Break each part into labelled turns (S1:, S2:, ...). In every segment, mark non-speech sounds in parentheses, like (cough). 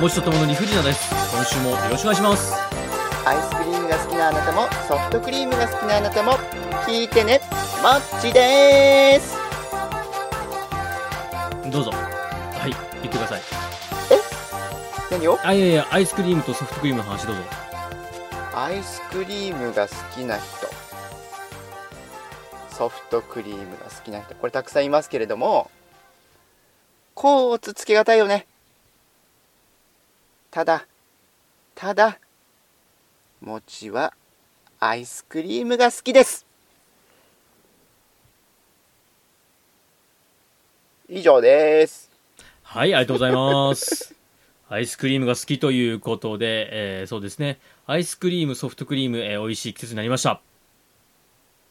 S1: もちとともの理不尽なです今週もよろしくお願いします
S2: アイスクリームが好きなあなたもソフトクリームが好きなあなたも聞いてねもっちです
S1: どうぞはい言ってください
S2: 何を
S1: あいやいやアイスクリームとソフトクリームの話どうぞ
S2: アイスクリームが好きな人ソフトクリームが好きな人これたくさんいますけれどもこうつつけがたいよねただただもちはアイスクリームが好きです以上です
S1: はいありがとうございます (laughs) アイスクリームが好きということで、えーそうですねアイスクリームソフトクリーム、えー美味しい季節になりました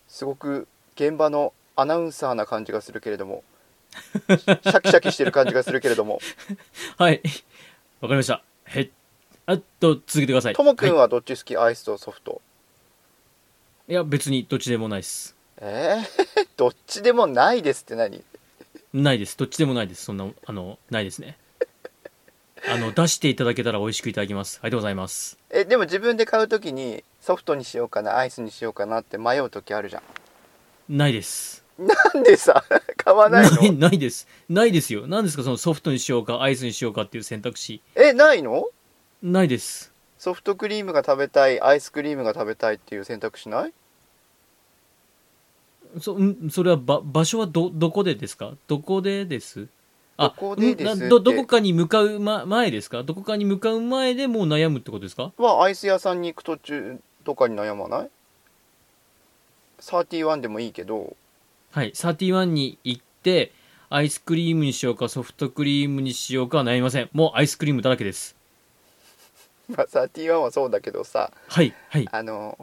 S2: すごく現場のアナウンサーな感じがするけれ (laughs) どもシャキシャキしてる感じがするけれども
S1: はいわかりましたへっあっと続けてください
S2: ともくん
S1: は
S2: はどっち好きアイスとソフト
S1: い、いや別にどっちでもないです
S2: えー、 (laughs) どっちでもないですって何
S1: ないですどっちでもないですそんなあのないですねあの出していただけたら美味しくいただきますありがとうございます
S2: えでも自分で買う時にソフトにしようかなアイスにしようかなって迷う時あるじゃ
S1: ないです
S2: んなんでさ (laughs) 買わない
S1: ない
S2: の
S1: ないですないですよ何ですかそのソフトにしようかアイスにしようかっていう選択肢
S2: えないの
S1: ないです
S2: ソフトクリームが食べたいアイスクリームが食べたいっていう選択しない
S1: そうんそれはば場所はどどこでですかどこでです
S2: どこでです
S1: うんな
S2: って
S1: どどこかに向かう、ま、前ですかどこかに向かう前でもう悩むってことですか
S2: はアイス屋さんに行く途中とかに悩まない ?31 でもいいけど
S1: はい31に行ってアイスクリームにしようかソフトクリームにしようかは悩みませんもうアイスクリームだらけです
S2: まあ31はそうだけどさ
S1: はいはい
S2: あの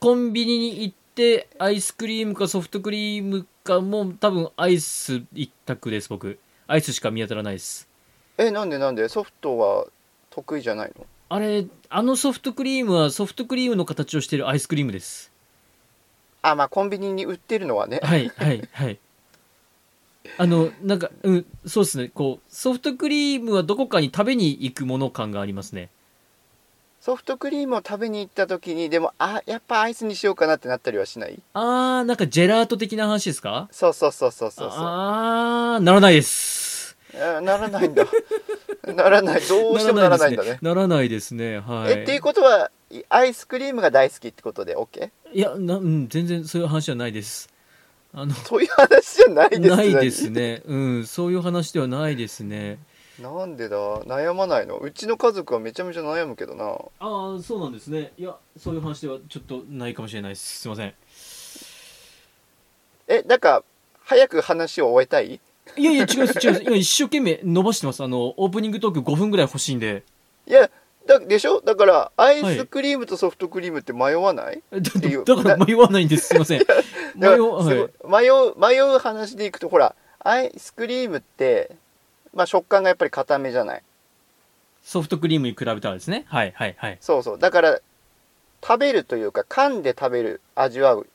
S1: コンビニに行ってアイスクリームかソフトクリームかもう多分アイス一択です僕アイスしか見当たらないです
S2: えなんでなんでソフトは得意じゃないの
S1: あれあのソフトクリームはソフトクリームの形をしているアイスクリームです
S2: あまあコンビニに売ってるのはね
S1: はいはいはいあのなんかうんそうですねこうソフトクリームはどこかに食べに行くもの感がありますね
S2: ソフトクリームを食べに行った時にでもあやっぱアイスにしようかなってなったりはしない
S1: あーなんかジェラート的な話ですか
S2: そうそうそうそうそうそう
S1: あーならないです
S2: あならない
S1: (laughs)
S2: んだならないどうしてもならないんだね
S1: ならないですねならないですねはい
S2: えっていうことはいアイスクリームが大好きってことで OK?
S1: いやな、うん、全然そういう話じゃないです。あの、
S2: そういう話じゃ (laughs) ないですね
S1: ないですね。うん、そういう話ではないですね。
S2: なんでだ悩まないのうちの家族はめちゃめちゃ悩むけどな
S1: ああ、そうなんですね。いや、そういう話ではちょっとないかもしれないです。すいません。
S2: えなんか早く話を終えたい
S1: いやいや、違います、違います。今一生懸命伸ばしてます。あの、オープニングトーク5分ぐらい欲しいんで。 (laughs)
S2: いやだでしょだからアイスクリームとソフトクリームって迷わない、
S1: だ
S2: ていう
S1: だだから迷わないんです。すいません。迷
S2: だから
S1: わ、はい。
S2: すごい迷う迷う話でいくとほらアイスクリームって、まあ、食感がやっぱり固めじゃない
S1: ソフトクリームに比べたらですね。はい、はい、はい。
S2: そうそうだから食べるというか噛んで食べる味わう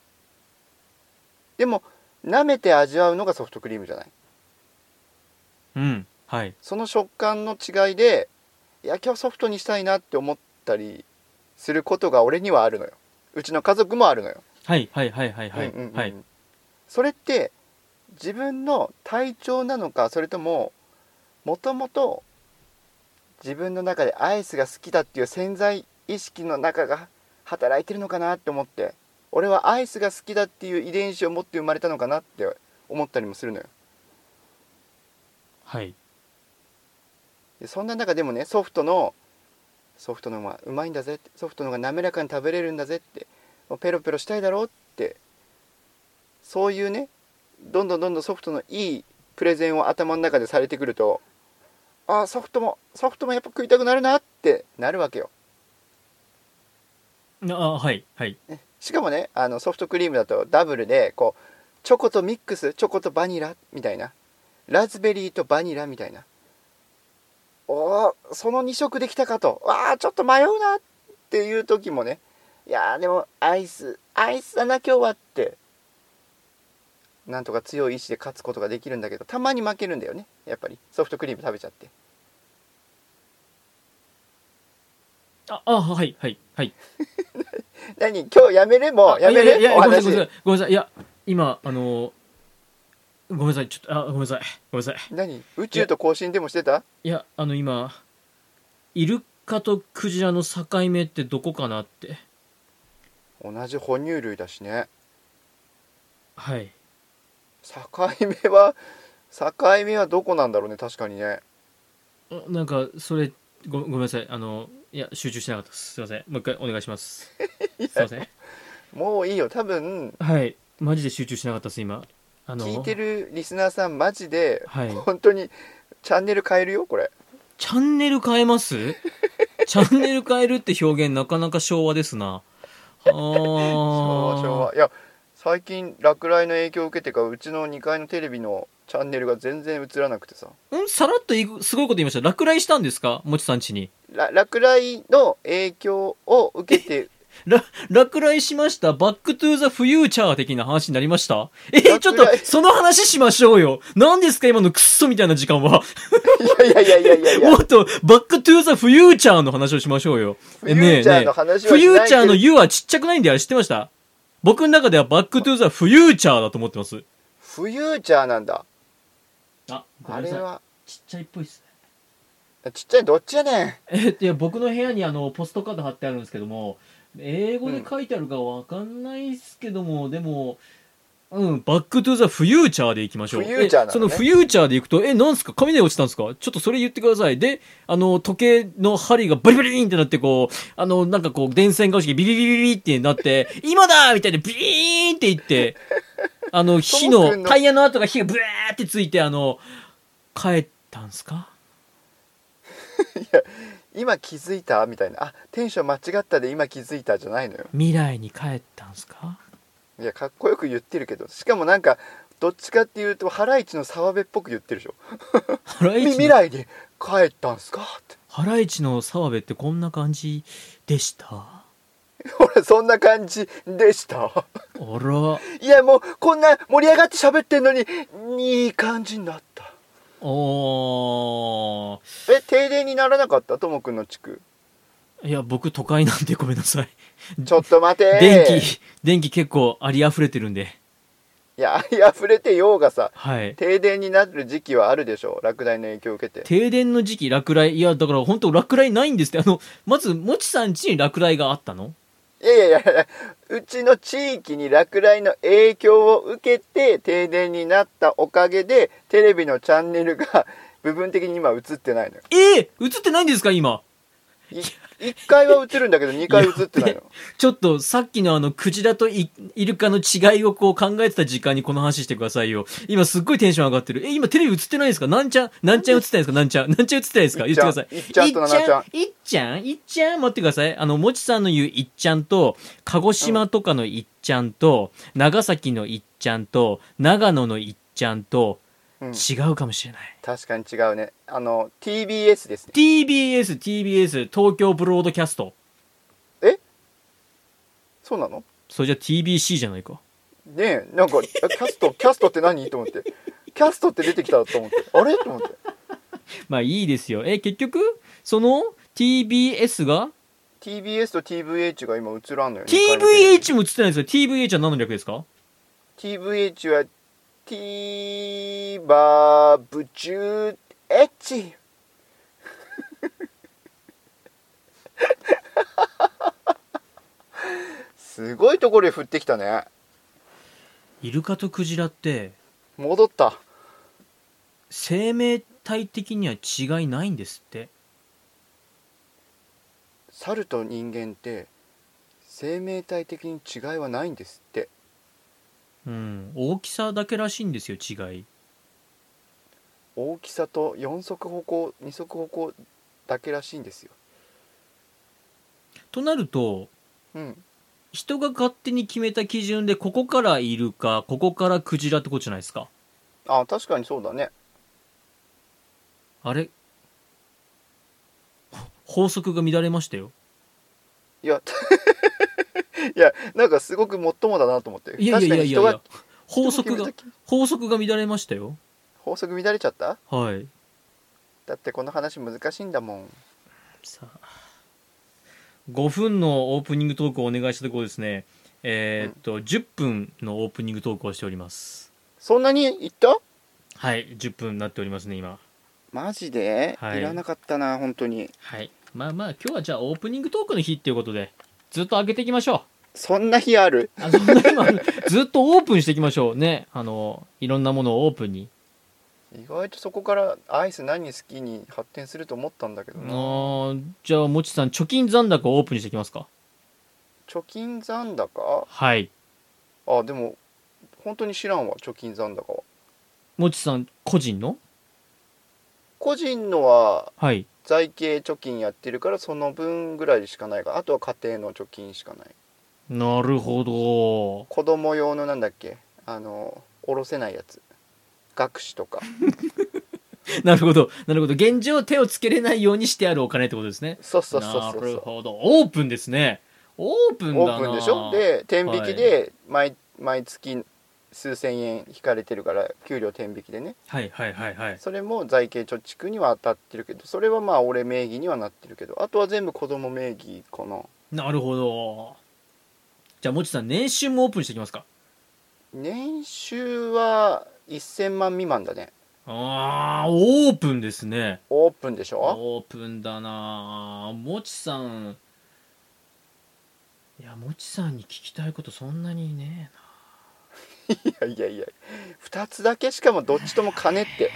S2: でも舐めて味わうのがソフトクリームじゃない
S1: うん。はい。
S2: その食感の違いでいや今日ソフトにしたいなって思ったりすることが俺にはあるのようちの家族もあるのよ
S1: はい、はい、はい、はい、はい
S2: うんうんうん。
S1: はい。
S2: それって自分の体調なのかそれとももともと自分の中でアイスが好きだっていう潜在意識の中が働いてるのかなって思って俺はアイスが好きだっていう遺伝子を持って生まれたのかなって思ったりもするのよ
S1: はい。
S2: でそんな中でもねソフトのソフトの方がうまいんだぜってソフトの方が滑らかに食べれるんだぜってもうペロペロしたいだろうってそういうねどんどんどんどんソフトのいいプレゼンを頭の中でされてくるとあーソフトもソフトもやっぱ食いたくなるなってなるわけよ
S1: ああ、はい、はい。
S2: しかもねあのソフトクリームだとダブルでこうチョコとミックスチョコとバニラみたいなラズベリーとバニラみたいなおーその2色できたかとわあちょっと迷うなっていう時もねいやーでもアイスアイスだな今日はってなんとか強い意志で勝つことができるんだけどたまに負けるんだよねやっぱりソフトクリーム食べちゃって
S1: ああはいはいはい
S2: 何今日やめれもう
S1: あ
S2: やめ
S1: いいい
S2: れ
S1: ご
S2: お
S1: めんな
S2: 話
S1: さいごめんなさいごめんなさいいや今あのごめんなさいちょっとあごめんなさいごめんなさい
S2: 何宇宙と交信でもしてた
S1: いやあの今イルカとクジラの境目ってどこかなって
S2: 同じ哺乳類だしね
S1: はい
S2: 境目は境目はどこなんだろうね確かにね
S1: あなんかそれごごめんなさいあのいや集中してなかったですすいませんもう一回お願いします
S2: (laughs)
S1: すいません
S2: もういいよ多分
S1: はいマジで集中してなかったです今あの
S2: 聞いてるリスナーさんマジで
S1: はい
S2: 本当にチャンネル変えるよこれ
S1: チャンネル変えます
S2: (laughs)
S1: チャンネル変えるって表現なかなか昭和ですなあー
S2: 昭和昭和いや最近落雷の影響を受けてかうちの2階のテレビのチャンネルが全然映らなくてさ
S1: うんさらっといくすごいこと言いました落雷したんですかもちさんちに
S2: ら落雷の影響を受
S1: (laughs)
S2: けて
S1: ら落雷しましたバックトゥーザフューチャー的な話になりましたえ
S2: 落雷
S1: ちょっとその話しましょうよ何ですか今のクッソみたいな時間はい
S2: やいやいやいやいやい
S1: も
S2: や
S1: っとバックトゥーザフューチャーの話をしましょうよ
S2: フューチャーの話はしないけど
S1: フューチャーの「U」はちっちゃくないんだよあれ知ってました僕の中ではバックトゥーザフューチャーだと思ってます
S2: フューチャーなんだ
S1: あ
S2: あれは
S1: ちっちゃいっぽいっすね
S2: ちっちゃいどっちやねん
S1: えっといや僕の部屋にあのポストカード貼ってあるんですけども英語で書いてあるかわかんないっすけども、でもうん、バックトゥーザフューチャーでいきましょう。
S2: フューチャーなのね
S1: えそのフューチャーでいくと、え、なんすか雷落ちたんすかちょっとそれ言ってください。で、あの、時計の針がバリバリーンってなって、こう、あの、なんかこう、電線が落ちてビリビリビリってなって、 (laughs) 今だみたいなビーンって言って、あ
S2: (laughs)
S1: の、火
S2: とも
S1: の
S2: くん、の
S1: タイヤの跡が火がブワーってついて、あの、帰ったんすか
S2: 今気づいたみたいなあテンション間違ったで今気づいたじゃないのよ
S1: 未来に帰ったんすか
S2: いやかっこよく言ってるけどしかもなんかどっちかっていうとハライチの澤部っぽく言ってるでしょ
S1: ハラ
S2: み
S1: イチ
S2: 未
S1: の
S2: 来に帰ったんすかって (laughs)
S1: ハライチの澤部ってこんな感じでしたあ
S2: 俺そんな感じでした (laughs)
S1: ら
S2: いやもうこんな盛り上がって喋ってんのにいい感じになった
S1: おー
S2: え停電にならなかったともくんの地区
S1: いや僕都会なんでごめんなさい、
S2: ちょっと待て
S1: 電気電気結構ありあふれてるんで
S2: いやありあふれてようがさ
S1: はい
S2: 停電になる時期はあるでしょう落雷の影響を受けて
S1: 停電の時期落雷いやだから本当落雷ないんですってあのまずもちさん家に落雷があったの
S2: いやいやいやいやうちの地域に落雷の影響を受けて停電になったおかげでテレビのチャンネルが (laughs) 部分的に今映ってないのよ
S1: ええ映ってないんですか今
S2: 1階は映るんだけど2階映ってないの
S1: ちょっとさっきのあのクジラとイイルカの違いをこう考えてた時間にこの話してくださいよ今すっごいテンション上がってるえ今テレビ映ってないですかなんちゃんなんちゃん映ってないですかなんちゃんなんちゃん映ってないですか言ってください
S2: いっちゃんいっちゃんとななちゃん
S1: いっちゃんいっちゃん待ってくださいあのもちさんの言ういっちゃんと鹿児島とかのいっちゃんと、長崎のいっちゃんと長野のいっちゃんと、
S2: うん
S1: 違うかもしれない
S2: 確かに違うねあの TBS ですね
S1: TBS TBS 東京ブロードキャスト
S2: そうなの
S1: それじゃ TBC じゃないか
S2: ねえなんかえキャストキャストって何と思ってキャストって出てきたと思ってあれと思って
S1: まあいいですよ。え、結局、その TBS が
S2: TBS と TVH が今映らんのよ二階のテレビ
S1: ?TVH も映ってないんですよ。TVH は何の略ですか
S2: TVH は T バーブチューエッチすごいところへ降ってきたね
S1: イルカとクジラって、
S2: 戻った
S1: 生命体的には違いないんですって。
S2: 猿と人間って生命体的に違いはないんですって
S1: うん。大きさだけらしいんですよ、違い。
S2: 大きさと4足歩行2足歩行だけらしいんですよ
S1: となると、
S2: うん
S1: 人が勝手に決めた基準で、ここからイルカ、ここからクジラってことじゃないですか。
S2: あ確かにそうだね
S1: あれほ法則が乱れましたよ。
S2: いや (laughs) いやなんかすごくもっともだなと思って
S1: いやいやいやいやい
S2: 確
S1: や
S2: かに人が。
S1: 法則
S2: 人
S1: が
S2: 決めた時、
S1: 法則が乱れましたよ。
S2: 法則乱れちゃった
S1: はい。
S2: だってこの話難しいんだもん
S1: さあ5分のオープニングトークをお願いしたところですね、えーっと、10分のオープニングトークをしております。
S2: そんなにいった
S1: はい、10分になっておりますね、今。
S2: マジで、
S1: はい
S2: い、らなかったな本当に
S1: はい。まあまあ、今日はじゃあオープニングトークの日っていうことで、ずっと開けていきましょ
S2: そんな日ある
S1: う。あそんな今 (laughs) ずっとオープンしていきましょう。ね。あの、いろんなものをオープンに。
S2: 意外とそこからアイス何好きに発展すると思ったんだけど
S1: あ
S2: な
S1: ーじゃあ、もちさん、貯金残高をオープンにしていきますか。
S2: 貯金残高
S1: はい。
S2: あでも本当に知らんわ貯金残高は
S1: もちさん、個人の
S2: 個人のは
S1: はい。
S2: 財形貯金やってるからその分ぐらいしかないからあとは家庭の貯金しかない
S1: なるほど。
S2: 子供用のなんだっけあの下ろせないやつ学士とか
S1: (laughs) なるほど。なるほど。現状手をつけれないようにしてあるお金ってことですね。
S2: そうそうそうそうそ
S1: なる
S2: う
S1: ほど。オープンですね。オープン
S2: オ
S1: だな
S2: ープンでしょで天引きで毎,、毎月数千円引かれてるから給料天引きでね
S1: はいはいはいはい。
S2: それも財形貯蓄には当たってるけどそれはまあ俺名義にはなってるけどあとは全部子供名義かな
S1: なるほど。じゃあ、もちさん、年収もオープンしていきますか。
S2: 年収は1000万未満だね
S1: あー、オープンですね。
S2: オープンでしょ
S1: オープンだなもちさん。いや、もちさんに聞きたいことそんなにねえな。
S2: いやいやいや2つだけしかもどっちとも金って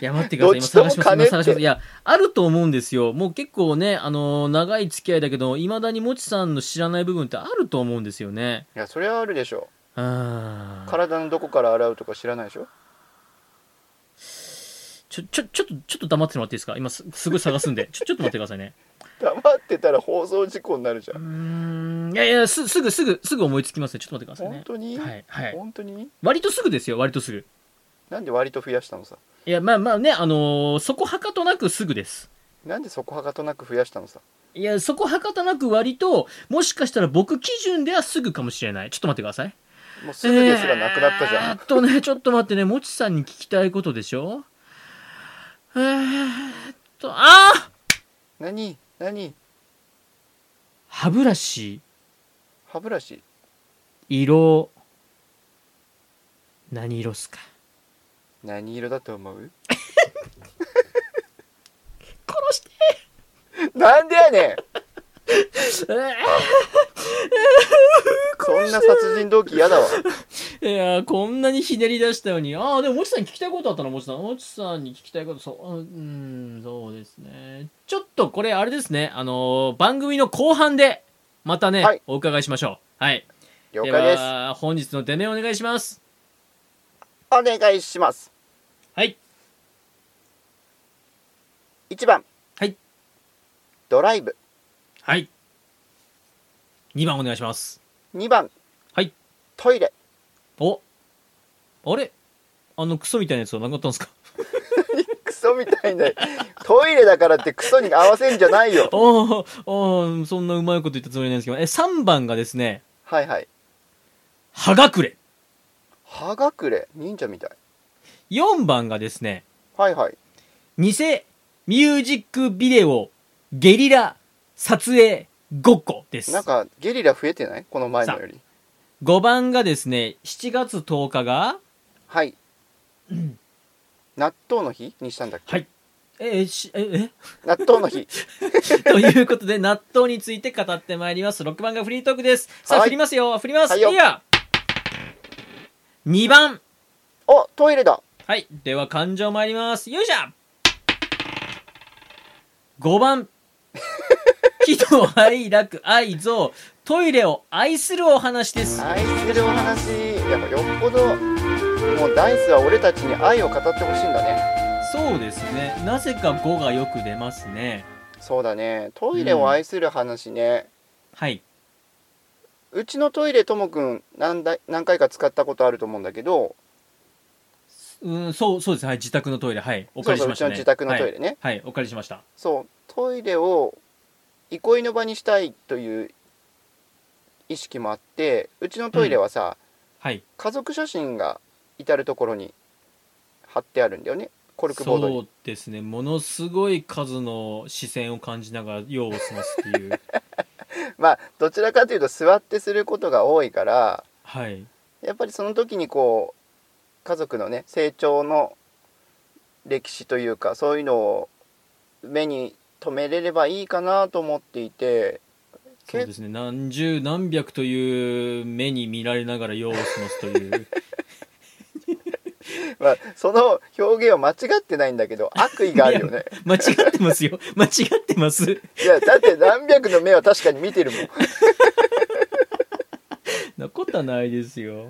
S1: いや、待ってください。
S2: ど
S1: 今
S2: っちと
S1: 探
S2: も
S1: します。
S2: 金
S1: 今
S2: って
S1: 探します。いや、あると思うんですよ。もう結構ね、あのー長い付き合いだけど、未だにもちさんの知らない部分ってあると思うんですよね。
S2: いやそれはあるでしょ
S1: うーん。
S2: 体のどこから洗うとか知らないでしょ
S1: ちょ、ちょ、ちょっと、ちょっと黙ってもらっていいですか今す、すぐ探すんで。ちょ、ちょっと待ってくださいね。
S2: 黙ってたら放送事故になるじゃ
S1: うんーん。いやいや、す、すぐ、すぐ、すぐ思いつきますね。ちょっと待ってください
S2: 本
S1: ね。
S2: 当に、
S1: はい、はい。
S2: 本当に
S1: 割とすぐですよ、割とすぐ。
S2: なんで割と増やしたのさ
S1: いや、まあまあね、あのーそこはかとなくすぐです。
S2: なんでそこはかとなく増やしたのさ
S1: いや、そこはかとなく割と、もしかしたら僕基準ではすぐかもしれない。ちょっと待ってください。
S2: もうすぐですらなくなったじゃん、
S1: えーっとね、ちょっと待ってね、もちさんに聞きたいことでしょえーっと、あー
S2: 何何
S1: 歯ブラシ、
S2: 歯ブラシ
S1: 色、何色っすか
S2: 何色だと思う
S1: 殺して
S2: なんでやねん
S1: え
S2: そんな殺人動機嫌だ
S1: (laughs)
S2: わ
S1: ーいやーこんなにひねり出したように。ああ、でももちさんに聞きたいことあったな、もちさん。もちさんに聞きたいこと、そう、うーん、そうですね。ちょっとこれ、あれですね、あのー番組の後半で、またね、
S2: はい
S1: お伺いしましょう。はい。
S2: 了解で
S1: ですは、本日の出目お願いします。
S2: お願いします
S1: はい。
S2: 1番
S1: はい
S2: ドライブ
S1: はい。2番お願いします。
S2: 2番
S1: はい
S2: トイレ
S1: おあれあのクソみたいなやつはなくなったんですか (laughs)
S2: クソみたいなトイレだからってクソに合わせんじゃな
S1: (laughs)
S2: いよ
S1: ああ、ああ、そんなうまいこと言ったつもりないんですけど、え、3番がですね、
S2: はいはい
S1: はがくれ。
S2: 歯隠れ忍者みたい
S1: 4番がですね、
S2: はいはい
S1: 偽ミュージックビデオゲリラ撮影ごっこです。
S2: なんかゲリラ増えてないこの前のより
S1: 5番がですね、7月10日が、
S2: はい納豆の日にしたんだっけ、
S1: はいえー、し、え、
S2: 納豆の日 (laughs)
S1: え (laughs) ということで、納豆について語ってまいります。6番がフリートークです。さあ、
S2: はい
S1: 振りますよ。振ります。
S2: はいいよ
S1: や。2番。
S2: あトイレだ
S1: はい。では、感情参ります。よいしょ !5
S2: (laughs)
S1: 番。喜怒哀楽愛憎トイレを愛するお話です。
S2: 愛するお話やっぱよっぽどもうダイスは俺たちに愛を語ってほしいんだね
S1: そうですね。なぜか5がよく出ますね。
S2: そうだねトイレを愛する話ね、
S1: はい。
S2: うちのトイレともくん何だい何回か使ったことあると思うんだけど
S1: うん、そう、そうです。はい。自宅のトイレ。はい。お借りしましたね。
S2: そうそううちの自宅のトイレね、
S1: はい。はい。お借りしました。
S2: そうトイレを憩いの場にしたいという意識もあってうちのトイレはさ、
S1: はい。
S2: 家族写真が至る所に貼ってあるんだよねコルクボードに
S1: そうですねものすごい数の視線を感じながら用を済ますっていう
S2: (laughs) まあどちらかというと座ってすることが多いから
S1: はい
S2: やっぱりその時にこう家族のね成長の歴史というかそういうのを目に留めれればいいかなと思っていてけ
S1: そうですね何十何百という目に見られながら用を済ますという (laughs)
S2: (laughs) まあ、その表現は間違ってないんだけど悪意があるよ
S1: (laughs)
S2: ね
S1: 間違ってますよ (laughs) 間違ってます (laughs)
S2: いやだって何百の目は確かに見てるもん
S1: なことはないですよ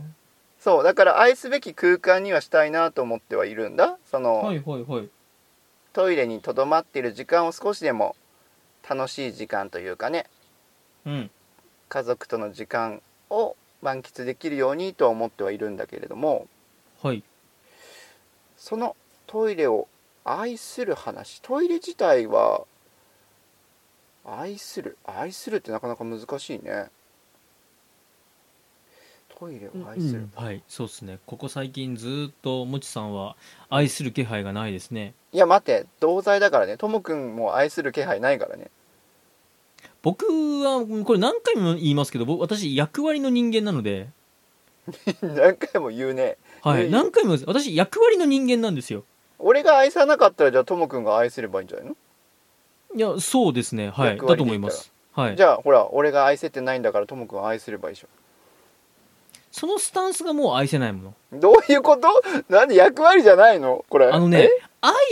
S2: そうだから愛すべき空間にはしたいなと思ってはいるんだその、
S1: はいはいはい
S2: トイレにとどまっている時間を少しでも楽しい時間というかね
S1: うん
S2: 家族との時間を満喫できるようにとは思ってはいるんだけれども
S1: はい
S2: そのトイレを愛する話トイレ自体は愛する愛するってなかなか難しいねトイレを愛する、
S1: うんはいそうですねここ最近ずっともちさんは愛する気配がないですね
S2: いや待って同罪だからねともくんも愛する気配ないからね (laughs)
S1: 僕はこれ何回も言いますけど僕私役割の人間なので、
S2: 何回も言うね
S1: はい
S2: ええ
S1: 何回も言います私役割の人間なんですよ
S2: 俺が愛さなかったらじゃあともくんが愛すればいいんじゃないの、
S1: いやそうですねはいだ
S2: 役割
S1: と
S2: で
S1: 思い
S2: 言っ
S1: ま
S2: たら
S1: すはい
S2: じゃあほら俺が愛せてないんだからともくんは愛すればいいでしょ
S1: そのスタンスがもう愛せないもの
S2: どういうこと (laughs) なんで役割じゃないのこれ
S1: あのね
S2: え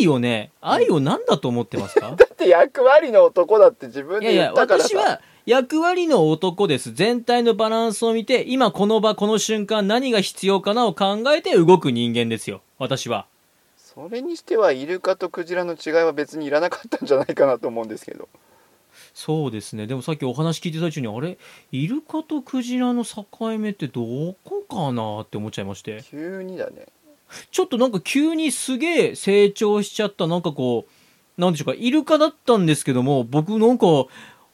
S1: 愛をね愛を何だと思ってますか
S2: だって役割の男だって自分
S1: いや
S2: で
S1: い
S2: 言
S1: や
S2: ったからさ
S1: 私は役割の男です全体のバランスを見て今この場この瞬間何が必要かなを考えて動く人間ですよ私は
S2: それにしてはイルカとクジラの違いは別にいらなかったんじゃないかなと思うんですけど
S1: そうですねでもさっきお話聞いてた最中にあれイルカとクジラの境目ってどこかなって思っちゃいまして
S2: 急にだね
S1: ちょっとなんか急にすげえ成長しちゃったなんかこうなんでしょうかイルカだったんですけども僕なんか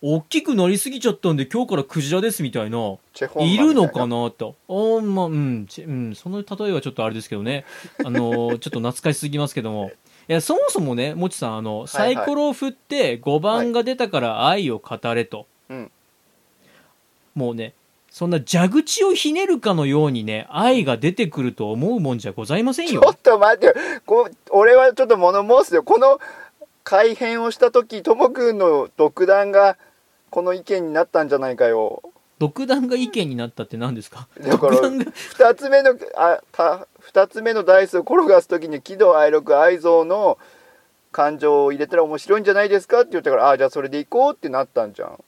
S1: 大きくなりすぎちゃったんで今日からクジラですみたいな
S2: チェホンマン
S1: い
S2: みたい
S1: るのか
S2: な
S1: なと。おーまあ、うん、ちうん、その例えはちょっとあれですけどね。あのーちょっと懐かしすぎますけども。いや、そもそもね、もちさん、あの、サイコロを振って5番が出たから愛を語れと。
S2: うん
S1: もうね、そんな蛇口をひねるかのようにね、愛が出てくると思うもんじゃございません
S2: ち
S1: よ。
S2: ょっと待ってよこ俺はちょっと物申すよこの改変をした時ともくんの独断がこの意見になったんじゃないかよ
S1: 独断が意見になったって何ですか
S2: だから
S1: 独断が、
S2: 2つ目のあた二つ目のダイスを転がす時に喜怒哀楽愛憎の感情を入れたら面白いんじゃないですかって言ったからああじゃあそれでいこうってなったんじゃん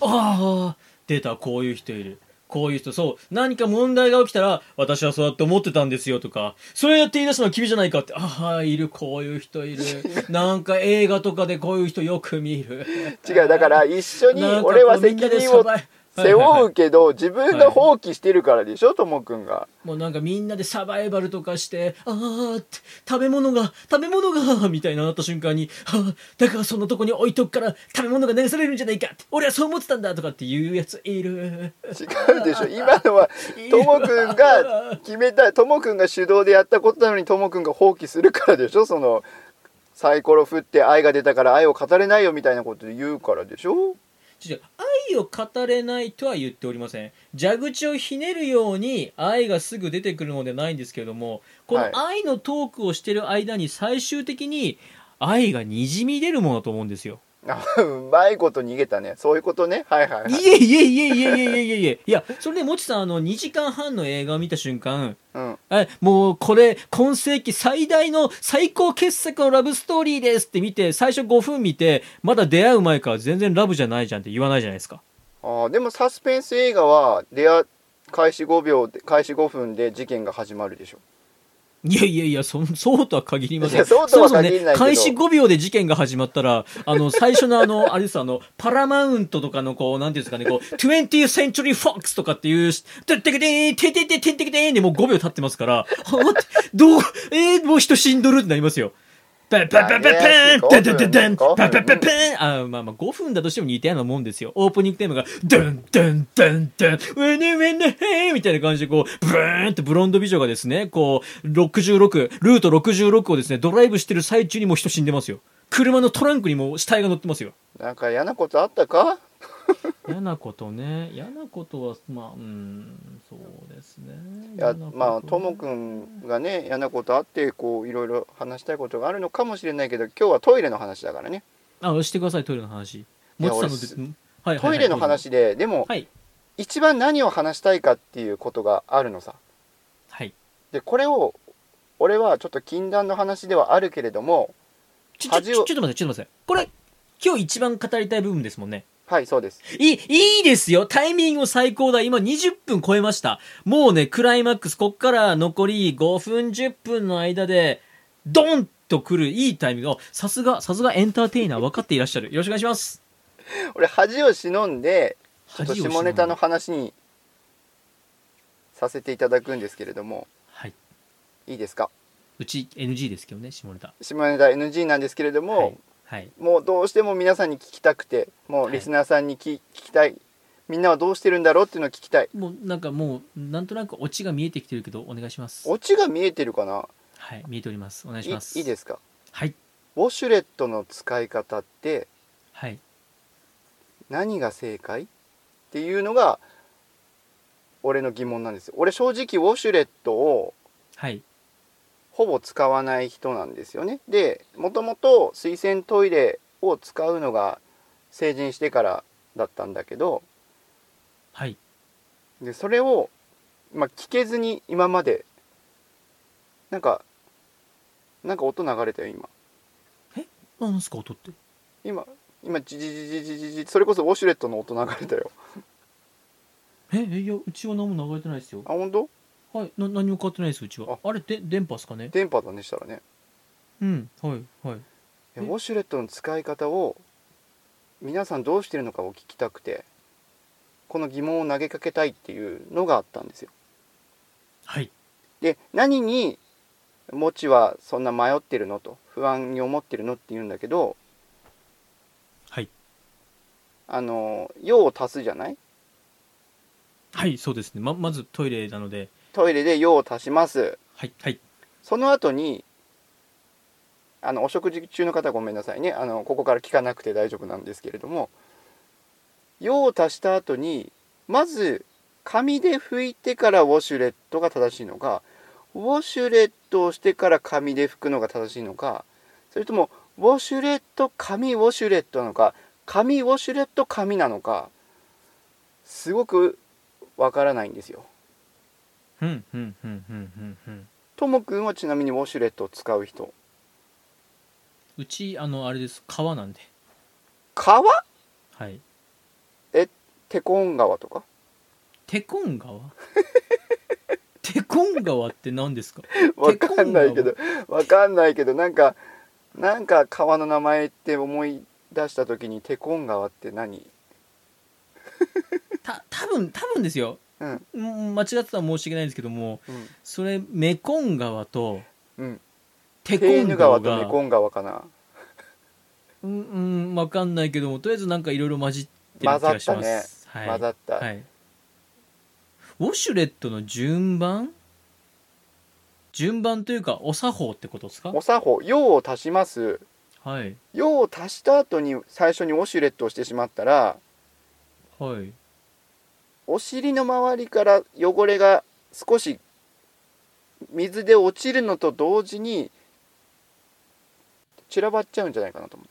S1: ああ、出た、こういう人いる。こういう人、そう、何か問題が起きたら、私はそうやって思ってたんですよとか、それやって言い出すのは君じゃないかって、ああ、いる、こういう人いる。なんか映画とかでこういう人よく見る。
S2: 違うだから一緒に
S1: なんかこう
S2: 俺は責任
S1: み
S2: を
S1: んなでサバイは
S2: 背
S1: いはいは
S2: 負うけど自分が放棄してるからでしょともくんが
S1: いもうなんかみんなでサバイバルとかして、ああ、って食べ物が、食べ物が、みたいななった瞬間に、はあ、だからそんなとこに置いとくから食べ物が流されるんじゃないかって、俺はそう思ってたんだとかっていうやついる。
S2: 違うでしょ今のはともくんが決めたともくんが主導でやったことなのにともくんが放棄するからでしょそのサイコロ振って愛が出たから愛を語れないよみたいなこと言うからでしょ
S1: ちょっと愛を語れないとは言っておりません蛇口をひねるように愛がすぐ出てくるのではないんですけれどもこ
S2: はい
S1: の愛のトークをしてる間に最終的に愛がにじみ出るものだと思うんですよ。
S2: あ (laughs) うまいこと逃げたねそういうことねはいはいはい
S1: いえいえいえいえいえいえいえいやそれでもちさんあの2時間半の映画を見た瞬間
S2: うん、
S1: あもうこれ今世紀最大の最高傑作のラブストーリーですって見て最初5分見てまだ出会う前から全然ラブじゃないじゃんって言わないじゃないですか。
S2: あーでもサスペンス映画は出会開始5秒で開始5分で事件が始まるでしょ
S1: いやいやいや、そ (laughs) そうとは限りませ
S2: いや
S1: ん。
S2: そうとは限らないけど
S1: そもそもね、開始5秒で事件が始まったら、あの、最初のあの、 (laughs) あれです、あの、パラマウントとかのこう、なんていうんですかね、こう、20th Century Fox とかっていう、てってけてーん、てててててててーんでもう5秒経ってますから、はぁってどう、えー、もう人死んどるってなりますよ。ペンペンペンペンペンデンデンデンデンペンペンペンペンあまあまあ5分だとしても似たようなもんですよ。オープニングテーマがデンデンデンデンウェネウェネヘイみたいな感じでこうブーンってブロンド美女がですねこう66ルート66をですねドライブしてる最中にもう人死んでますよ。車のトランクにも死体が乗ってますよ。
S2: なんか嫌なことあったか
S1: 嫌なことね嫌なことはまあうんそうですね。
S2: いやまあともくんがね嫌なことあってこういろいろ話したいことがあるのかもしれないけど今日はトイレの話だからね
S1: あしてくださいトイレの話。もちさんのです
S2: い
S1: はいはいはい
S2: トイレの話ででも
S1: はい
S2: 一番何を話したいかっていうことがあるのさ
S1: はい。
S2: でこれを俺はちょっと禁断の話ではあるけれども
S1: ちょ、ちょ、
S2: 恥
S1: ちょ
S2: を
S1: ちょっと待って、ちょっと待って。これ、今日一番語りたい部分ですもんね。
S2: はいそうです
S1: いい、いいですよ。タイミング最高だ。今20分超えました。もうね、クライマックス、こっから残り5分、10分の間で、ドンと来るいいタイミング。あさすが、さすがエンターテイナー分かっていらっしゃる。よろしくお願いします。
S2: 俺恥を忍んでちょっと
S1: 恥を忍んで
S2: 下ネタの話にさせていただくんですけれども
S1: はい。
S2: いいですか
S1: うち NG ですけどね、下ネタ。
S2: 下ネタ NG なんですけれども、
S1: はい。はい。
S2: もうどうしても皆さんに聞きたくてもうリスナーさんにき、聞きたいみんなはどうしてるんだろうっていうのを聞きたい
S1: もう、なんかもう、なんとなくオチが見えてきてるけど、お願いします。
S2: オチが見えてるかな
S1: はい、見えております。お願い
S2: い
S1: します。。
S2: いいですすか
S1: はい。
S2: ウォシュレットの使い方って
S1: はい。
S2: 何が正解っていうのが俺の疑問なんですよ俺正直ウォシュレットを
S1: はい。
S2: ほぼ使わない人なんですよねでもともと水洗トイレを使うのが成人してからだったんだけど
S1: はい。
S2: でそれを、まあ、聞けずに今までなんかなんか音流れたよ今
S1: あ、なんすか、音って。
S2: 今今ジジジジジジジそれこそウォシュレットの音流れたよ
S1: ええいやうちは何も流れてないですよ
S2: あ本当
S1: はいな何も変わってないですうちはあれで電波ですかね
S2: 電波だねしたらね
S1: うんはいはい
S2: いや
S1: え
S2: ウォシュレットの使い方を皆さんどうしてるのかを聞きたくてこの疑問を投げかけたいっていうのがあったんですよ
S1: はい
S2: で何にもちはそんな迷ってるのと不安に思ってるのって言うんだけど
S1: はい
S2: あの用を足すじゃない
S1: はいそうですねままずトイレなので
S2: トイレで用を足します
S1: はいはい
S2: その後にあのお食事中の方ごめんなさいねあのここから聞かなくて大丈夫なんですけれども用を足した後にまず紙で拭いてからウォシュレットが正しいのかウォシュレットをしてから紙で拭くのが正しいのかそれともウォシュレット紙ウォシュレットなのか紙ウォシュレット紙なのかすごくわからないんですよ。
S1: うんうんうんうんうんうん
S2: ともくんはちなみにウォシュレットを使う人
S1: うちあのあれです川なんで
S2: 川
S1: はい
S2: テコン
S1: (laughs)
S2: 川とか
S1: テコン川 (laughs) テコン川って何ですか
S2: わかんないけどわかんないけどなんかなんか川の名前って思い出した時にテコン川って何
S1: た多分多分ですよ、
S2: うん
S1: ん間違ってたら申し訳ないんですけども
S2: うん、
S1: それメコン川と
S2: うん、
S1: テコ
S2: テー
S1: ン
S2: ヌ
S1: 川
S2: 川
S1: が
S2: とメコン川かな
S1: うん、うん、わかんないけども、とりあえずなんかいろいろ混じってる気がします。はい、
S2: 混ざった、
S1: はい。ウォシュレットの順番順番というか、お作法ってことですか
S2: お作法用を足します
S1: はい。
S2: 用を足した後に最初にウォシュレットをしてしまったら
S1: はい。
S2: お尻の周りから汚れが少し水で落ちるのと同時に散らばっちゃうんじゃないかなと思っ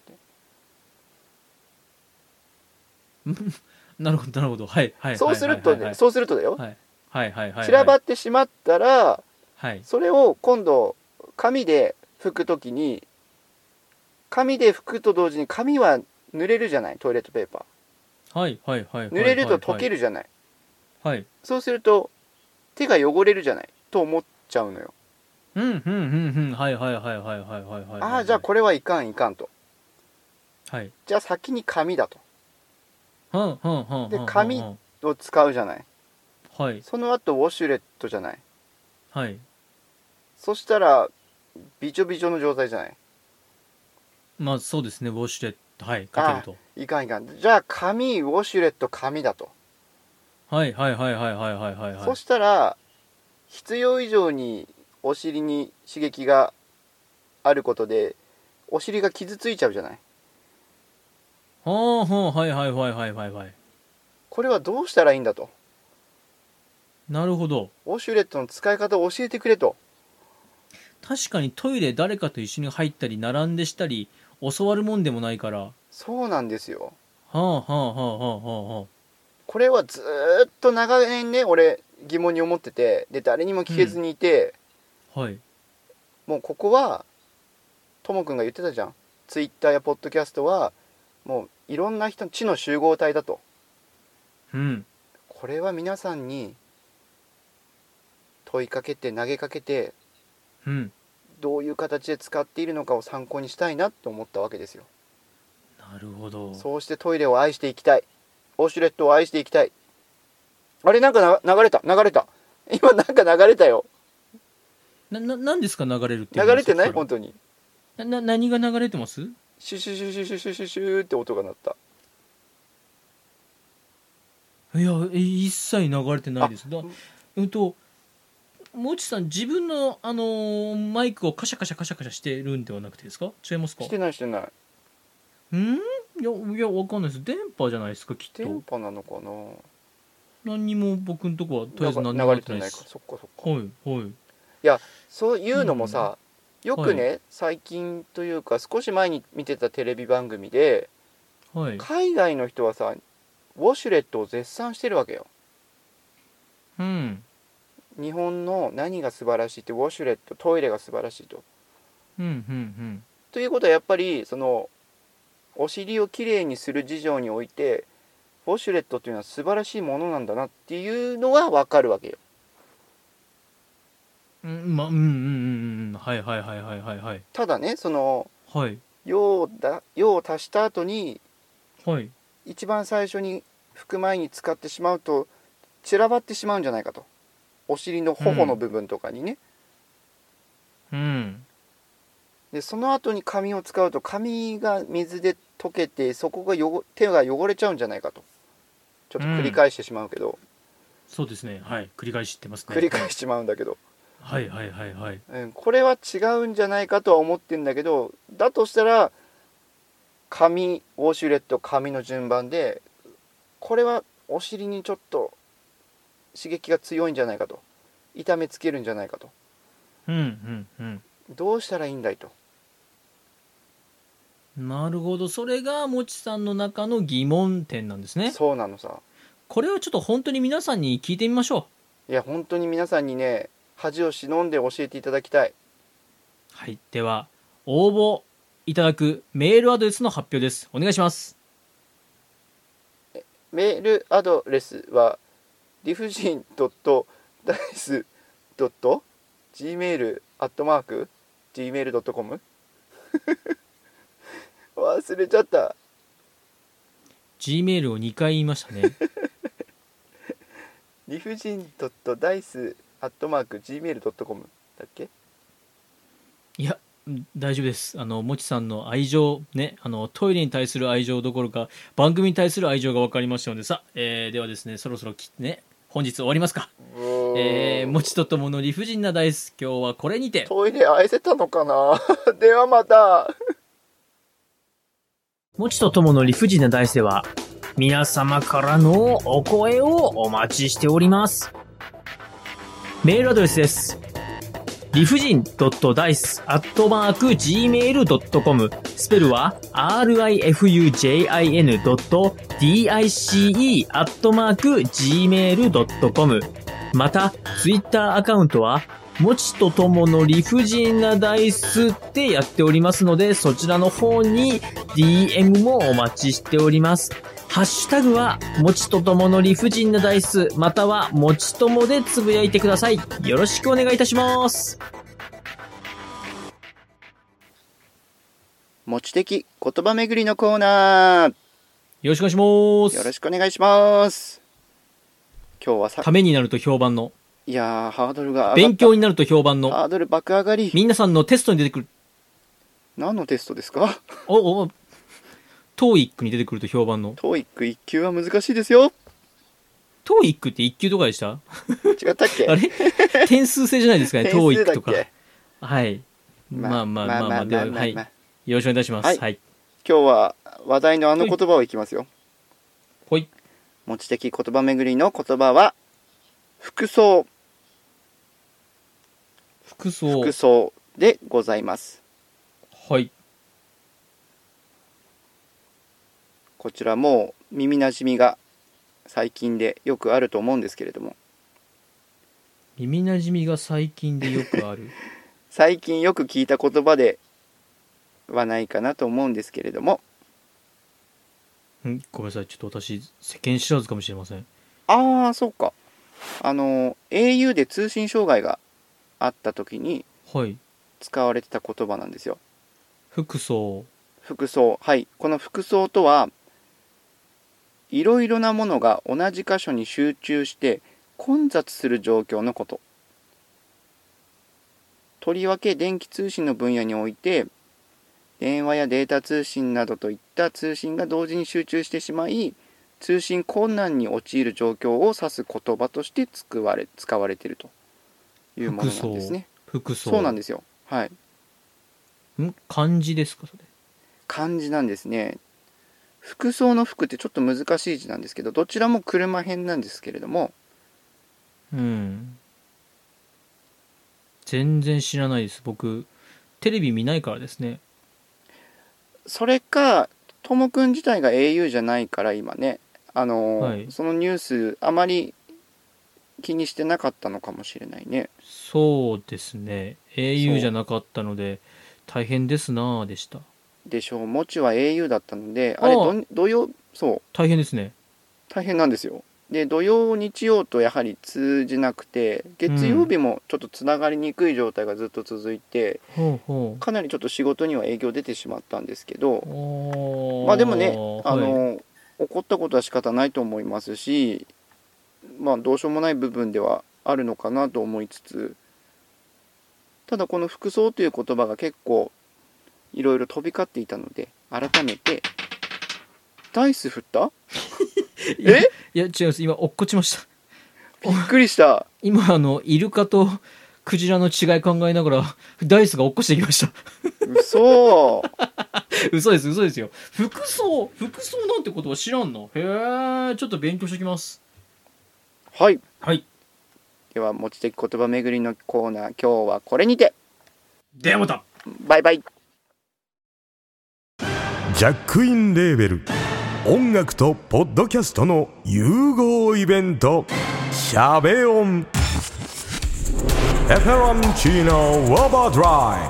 S2: て
S1: なるほど、なるほど。はい、はい。
S2: そうすると
S1: はい
S2: ね、そうするとだよ、
S1: はい、はい、はい。はい
S2: 散らばってしまったら
S1: はい。
S2: それを今度紙で拭くときに紙で拭くと同時に紙は濡れるじゃないトイレットペーパ
S1: はい、はい、はい。
S2: ー濡れると溶け
S1: る。
S2: るじゃない
S1: はい。
S2: そうすると手が汚れるじゃないと思っちゃうのよ
S1: うん、うん、うん、うん。はい、はい、はい、はい、はい、はい。はい
S2: ああじゃあこれはいかんいかんと
S1: はい。
S2: じゃあ先に紙だと
S1: うん、うん、うんうん。
S2: で
S1: うん
S2: 紙
S1: うん
S2: を使うじゃない
S1: はい、
S2: その後ウォシュレットじゃない
S1: はい。
S2: そしたらびちょびちょの状態じゃない
S1: まあそうですねウォシュレットはいかけると
S2: いかんいかんじゃあ紙ウォシュレット紙だと、
S1: はいはいはいはいはいはいはいはい
S2: そしたら必要以上にお尻に刺激があることでお尻が傷ついちゃうじゃない
S1: ほうほうはいはいはいはいはいはい
S2: これはどうしたらいいんだと
S1: なるほど
S2: ウォシュレットの使い方を教えてくれと
S1: 確かにトイレ誰かと一緒に入ったり並んでしたり教わるもんでもないからは
S2: そうなんですよ
S1: あはあはあはあはあは
S2: これはずーっと長年ね俺疑問に思っててで誰にも聞けずにいて、
S1: あはい
S2: もうここはともくんが言ってたじゃんツイッターやポッドキャストはもういろんな人の知の集合体だと
S1: うん
S2: これは皆さんに問いかけて投げかけて
S1: うん
S2: どういう形で使っているのかを参考にしたいなって思ったわけですよ
S1: なるほど
S2: そうしてトイレを愛していきたいオシュレットを愛していきたいあれなんかな流れた流れた今なんか流れたよ
S1: なな何ですか流れるって
S2: 流れてない
S1: そっ
S2: 本
S1: か
S2: 当に
S1: らなな何が流れてます
S2: シュシュシュシュシュシュシュシュって音が鳴った
S1: いやえ一切流れてないですだ
S2: うん
S1: うんともちさん自分の、あのーマイクをカシャカシャカシャカシャしてるんではなくてですか違いますか
S2: してないしてない
S1: うんいやいやわかんないです電波じゃないですかきっ
S2: 電
S1: と
S2: 波なのかな
S1: 何にも僕のとこはとりあえず
S2: な
S1: 何
S2: ん
S1: にも
S2: か流
S1: や
S2: れ
S1: って
S2: て
S1: ない
S2: な
S1: で
S2: いか
S1: す
S2: そっかそっか
S1: はいはい
S2: そういうのもさ、よくね、
S1: は
S2: 最近というか少し前に見てたテレビ番組で
S1: はい
S2: 海外の人はさウォシュレットを絶賛してるわけよ
S1: うん
S2: 日本の何が素晴らしいってウォシュレットトイレが素晴らしいと
S1: うんうん
S2: ということはやっぱりそのお尻をきれいにする事情においてウォシュレットというのは素晴らしいものなんだなっていうのはわかるわけよ
S1: うんうんまあうんうんうんうんはいはいはいはいはいはい
S2: ただねその
S1: はい
S2: 用をだ用を足した後に
S1: はい
S2: 一番最初に拭く前に使ってしまうと散らばってしまうんじゃないかとお尻の頬の部分とかにね、
S1: うん
S2: でその後に紙を使うと紙が水で溶けてそこが汚手が汚れちゃうんじゃないかとちょっと繰り返してしまうけど、
S1: そうですねはい繰り返し言ってますね
S2: 繰り返してしまうんだけど、
S1: はいはいはいはい
S2: うん、これは違うんじゃないかとは思ってんだけどだとしたら紙ウォシュレット紙の順番でこれはお尻にちょっと刺激が強いんじゃないかと痛めつけるんじゃないかと
S1: うんうんうん
S2: どうしたらいいんだいと
S1: なるほどそれがもちさんの中の疑問点なんですね
S2: そうなのさ
S1: これはちょっと本当に皆さんに聞いてみましょ
S2: いや本当に皆さんにね恥を忍んで教えていただきたいう
S1: はいでは応募いただくメールアドレスの発表ですお願いします
S2: メールアドレスは理不尽 .dice.gmail.gmail.com (laughs) 忘れちゃった
S1: G メールを2回言いましたね
S2: 理不尽 .dice.gmail.com だっけ
S1: いやうん大丈夫ですあのもちさんの愛情ねあのトイレに対する愛情どころか番組に対する愛情が分かりましたのでさ、えーではですねそろそろきね本日終わりますか、えー、もちとともの理不尽なダイス今日はこれにて
S2: トイレ愛せたのかな (laughs) ではまた
S3: もちとともの理不尽な大世は、皆様からのお声をお待ちしております。メールアドレスです。理不尽 .dice.gmail.com スペルは rifujin.dice.gmail.com また、ツイッターアカウントは、もちとともの理不尽なダイスってやっておりますので、そちらの方に DM もお待ちしております。ハッシュタグは、もちとともの理不尽なダイス、または、もちともでつぶやいてください。よろしくお願いいたします。
S2: 持ち的言葉巡りのコーナー
S1: よろしくお願いし
S2: よ
S1: ま
S2: ろ
S1: す
S2: しくお願いします今日はさ
S1: ためになると評判の
S2: いやーハードルが上がっ
S1: 勉強になると評判の
S2: ハードル爆上がり
S1: 皆さんのテストに出てくる
S2: 何のテストですか (laughs)
S1: おおトーイックに出てくると評判の
S2: TOEIC 一級は難しいですよ
S1: トーイックって1級とかでした
S2: 違ったっ
S1: (laughs)
S2: け
S1: あれ点数制じゃないですかね、
S2: 点
S1: トーイ
S2: 数
S1: ック
S2: だ
S1: と
S2: っ
S1: か。
S2: け
S1: はい。まあまあまあまあ、では、はい。
S2: 今
S1: よろしくお願いいたしま
S2: は
S1: す。
S2: い
S1: はい。
S2: 日は話題のあの言葉をいきますよ
S1: ほい。
S2: 持ち的言葉巡りの言葉は服装
S1: 服装。
S2: 服装でございます
S1: はい。
S2: こちらもう耳なじみが最近でよくあると思うんですけれども
S1: 耳なじみが最近でよくある。 (laughs)
S2: 最近よく聞いた言葉ではないかなと思うんですけれども
S1: んごめんなさい。ちょっと私、世間知らずかもしれません。
S2: ああそうかあの au で通信障害があった時に
S1: はい。
S2: 使われてた言葉なんですよ
S1: 服装。
S2: 服装はいこの服装とはいろいろなものが同じ箇所に集中して混雑する状況のこととりわけ電気通信の分野において電話やデータ通信などといった通信が同時に集中してしまい通信困難に陥る状況を指す言葉として使われ使われているというものなんですね。
S1: 服装。
S2: そうなん
S1: で
S2: ですよ。はい。
S1: す。ん漢字ですか、それ。
S2: 漢字なんですね服装の服ってちょっと難しい字なんですけどどちらも車編なんですけれども
S1: うん。全然知らないです。僕、テレビ見ないからですね。
S2: それかともくん自体が au じゃないから今ねあのー、
S1: はい
S2: そのニュースあまり気にしてなかったのかもしれないね
S1: そうですね。
S2: そう
S1: au じゃなかったので、大変ですなあでした。
S2: でしょうもちは au だったのであれ
S1: ああ
S2: どん土曜そう
S1: 大変ですね。
S2: 大変なんですよで土曜日曜とやはり通じなくて月曜日もちょっとつながりにくい状態がずっと続いて、
S1: ほうほ
S2: かなりちょっと仕事には影響出てしまったんですけど
S1: う。おー
S2: まあでもね、
S1: は
S2: あ
S1: い
S2: の怒ったことは仕方ないと思いますし、まあ、どうしようもない部分ではあるのかなと思いつつただこの「服装」という言葉が結構いろいろ飛び交っていたので改めて「ダイス振った
S1: いや
S2: え
S1: いや違います今落っこちました
S2: びっくりした
S1: 今あのイルカとクジラの違い考えながらダイスが落っこしてきました (laughs)
S2: 嘘
S1: 嘘です嘘ですよ服装服装なんてことは知らんのへえちょっと勉強してきます
S2: はい
S1: はい
S2: では持ち的言葉巡りのコーナー今日はこれにて
S1: ではまた
S2: バイバイ
S4: ジャックインレーベル音楽とポッドキャストの融合イベント「シャベオン」「エフェロンチーノウォーバードライ」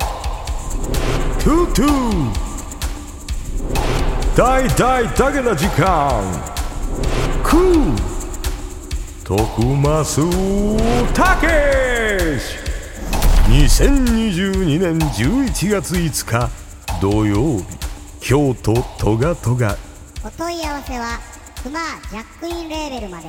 S4: 「トゥトゥ」「大大だけの時間」「クー」「徳マスたけし」2022年11月5日土曜日京都トガトガ
S5: お問い合わせはクマージャックインレーベルまで。